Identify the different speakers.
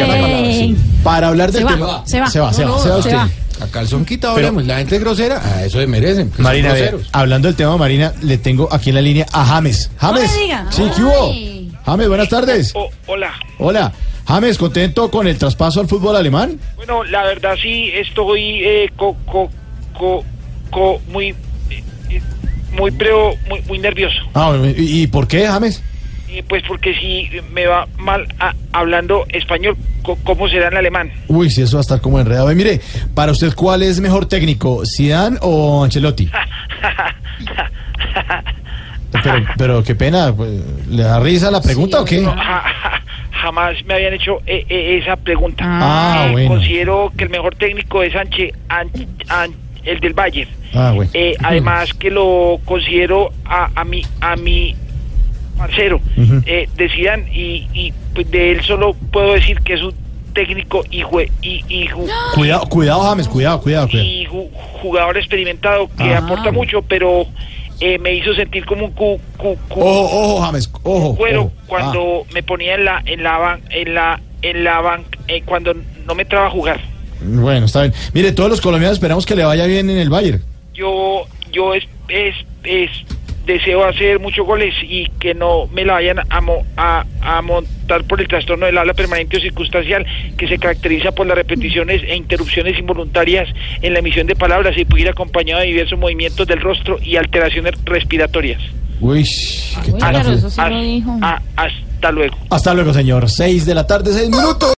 Speaker 1: Eh.
Speaker 2: Para hablar del
Speaker 1: Se va,
Speaker 2: tema.
Speaker 1: se va.
Speaker 2: se va, se
Speaker 1: No,
Speaker 2: va,
Speaker 1: no,
Speaker 2: se va
Speaker 1: se
Speaker 2: usted.
Speaker 1: va.
Speaker 3: A calzón quitado hablemos. La gente es grosera, a eso se merecen. que son
Speaker 2: Marina, a ver,
Speaker 3: groseros.
Speaker 2: hablando del tema, Marina, le tengo aquí en la línea a James. James.
Speaker 1: me diga.
Speaker 2: Sí, ¿qué hubo?
Speaker 1: Ay.
Speaker 2: James, buenas tardes.
Speaker 4: Oh, hola.
Speaker 2: Hola. James, ¿contento con el traspaso al fútbol alemán?
Speaker 4: Bueno, la verdad sí estoy eh, co, co, co, co- muy, eh, eh, muy, preo, muy, muy nervioso.
Speaker 2: Ah, ¿y, y por qué, James?
Speaker 4: Eh, pues porque si me va mal a- hablando español, co- ¿cómo será en alemán?
Speaker 2: Uy, si eso va a estar como enredado. Y mire, para usted, ¿cuál es mejor técnico, Zidane o Ancelotti? Pero, pero qué pena, pues, ¿le da risa la pregunta
Speaker 1: Sí,
Speaker 2: o qué?
Speaker 1: no.
Speaker 4: Ja- ja- jamás me habían hecho eh, eh, esa pregunta.
Speaker 2: Ah,
Speaker 4: Eh,
Speaker 2: bueno.
Speaker 4: Considero que el mejor técnico es Anche, An- An- el del Bayern.
Speaker 2: Ah, bueno.
Speaker 4: Eh, además que lo considero a, a mi a mi parcero
Speaker 2: Ujú.
Speaker 4: eh, de Zidane y, y, pues, de él solo puedo decir que es un técnico y jue- y, y ju-
Speaker 2: Cuidado, cuidado, James, cuidado, cuidado, cuidado.
Speaker 4: y ju- jugador experimentado que
Speaker 2: Ah.
Speaker 4: aporta mucho pero eh, me hizo sentir como un cu, cu- cu-
Speaker 2: Ojo, ojo, James, ojo.
Speaker 4: cuero
Speaker 2: ojo. Ah.
Speaker 4: cuando me ponía en la en la ban- en la en la ban- eh, cuando no me traba jugar
Speaker 2: Bueno, está bien. Mire, todos los colombianos esperamos que le vaya bien en el Bayern.
Speaker 4: yo yo es, es, es deseo hacer muchos goles y que no me la vayan a, mo- a, a montar por el trastorno del habla permanente o circunstancial que se caracteriza por las repeticiones e interrupciones involuntarias en la emisión de palabras y puede ir acompañado de diversos movimientos del rostro y alteraciones respiratorias.
Speaker 2: Uy, qué
Speaker 1: Uy,
Speaker 2: tal la
Speaker 1: claro,
Speaker 2: fu-
Speaker 1: Ah, eso sí lo
Speaker 4: Has-
Speaker 1: dijo.
Speaker 4: a- hasta luego.
Speaker 2: Hasta luego, señor. Seis de la tarde, seis minutos.